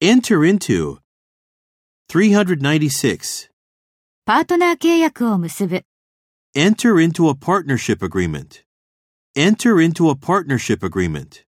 Enter into 396. パートナー契約を結ぶ。 Enter into a partnership agreement. Enter into a partnership agreement.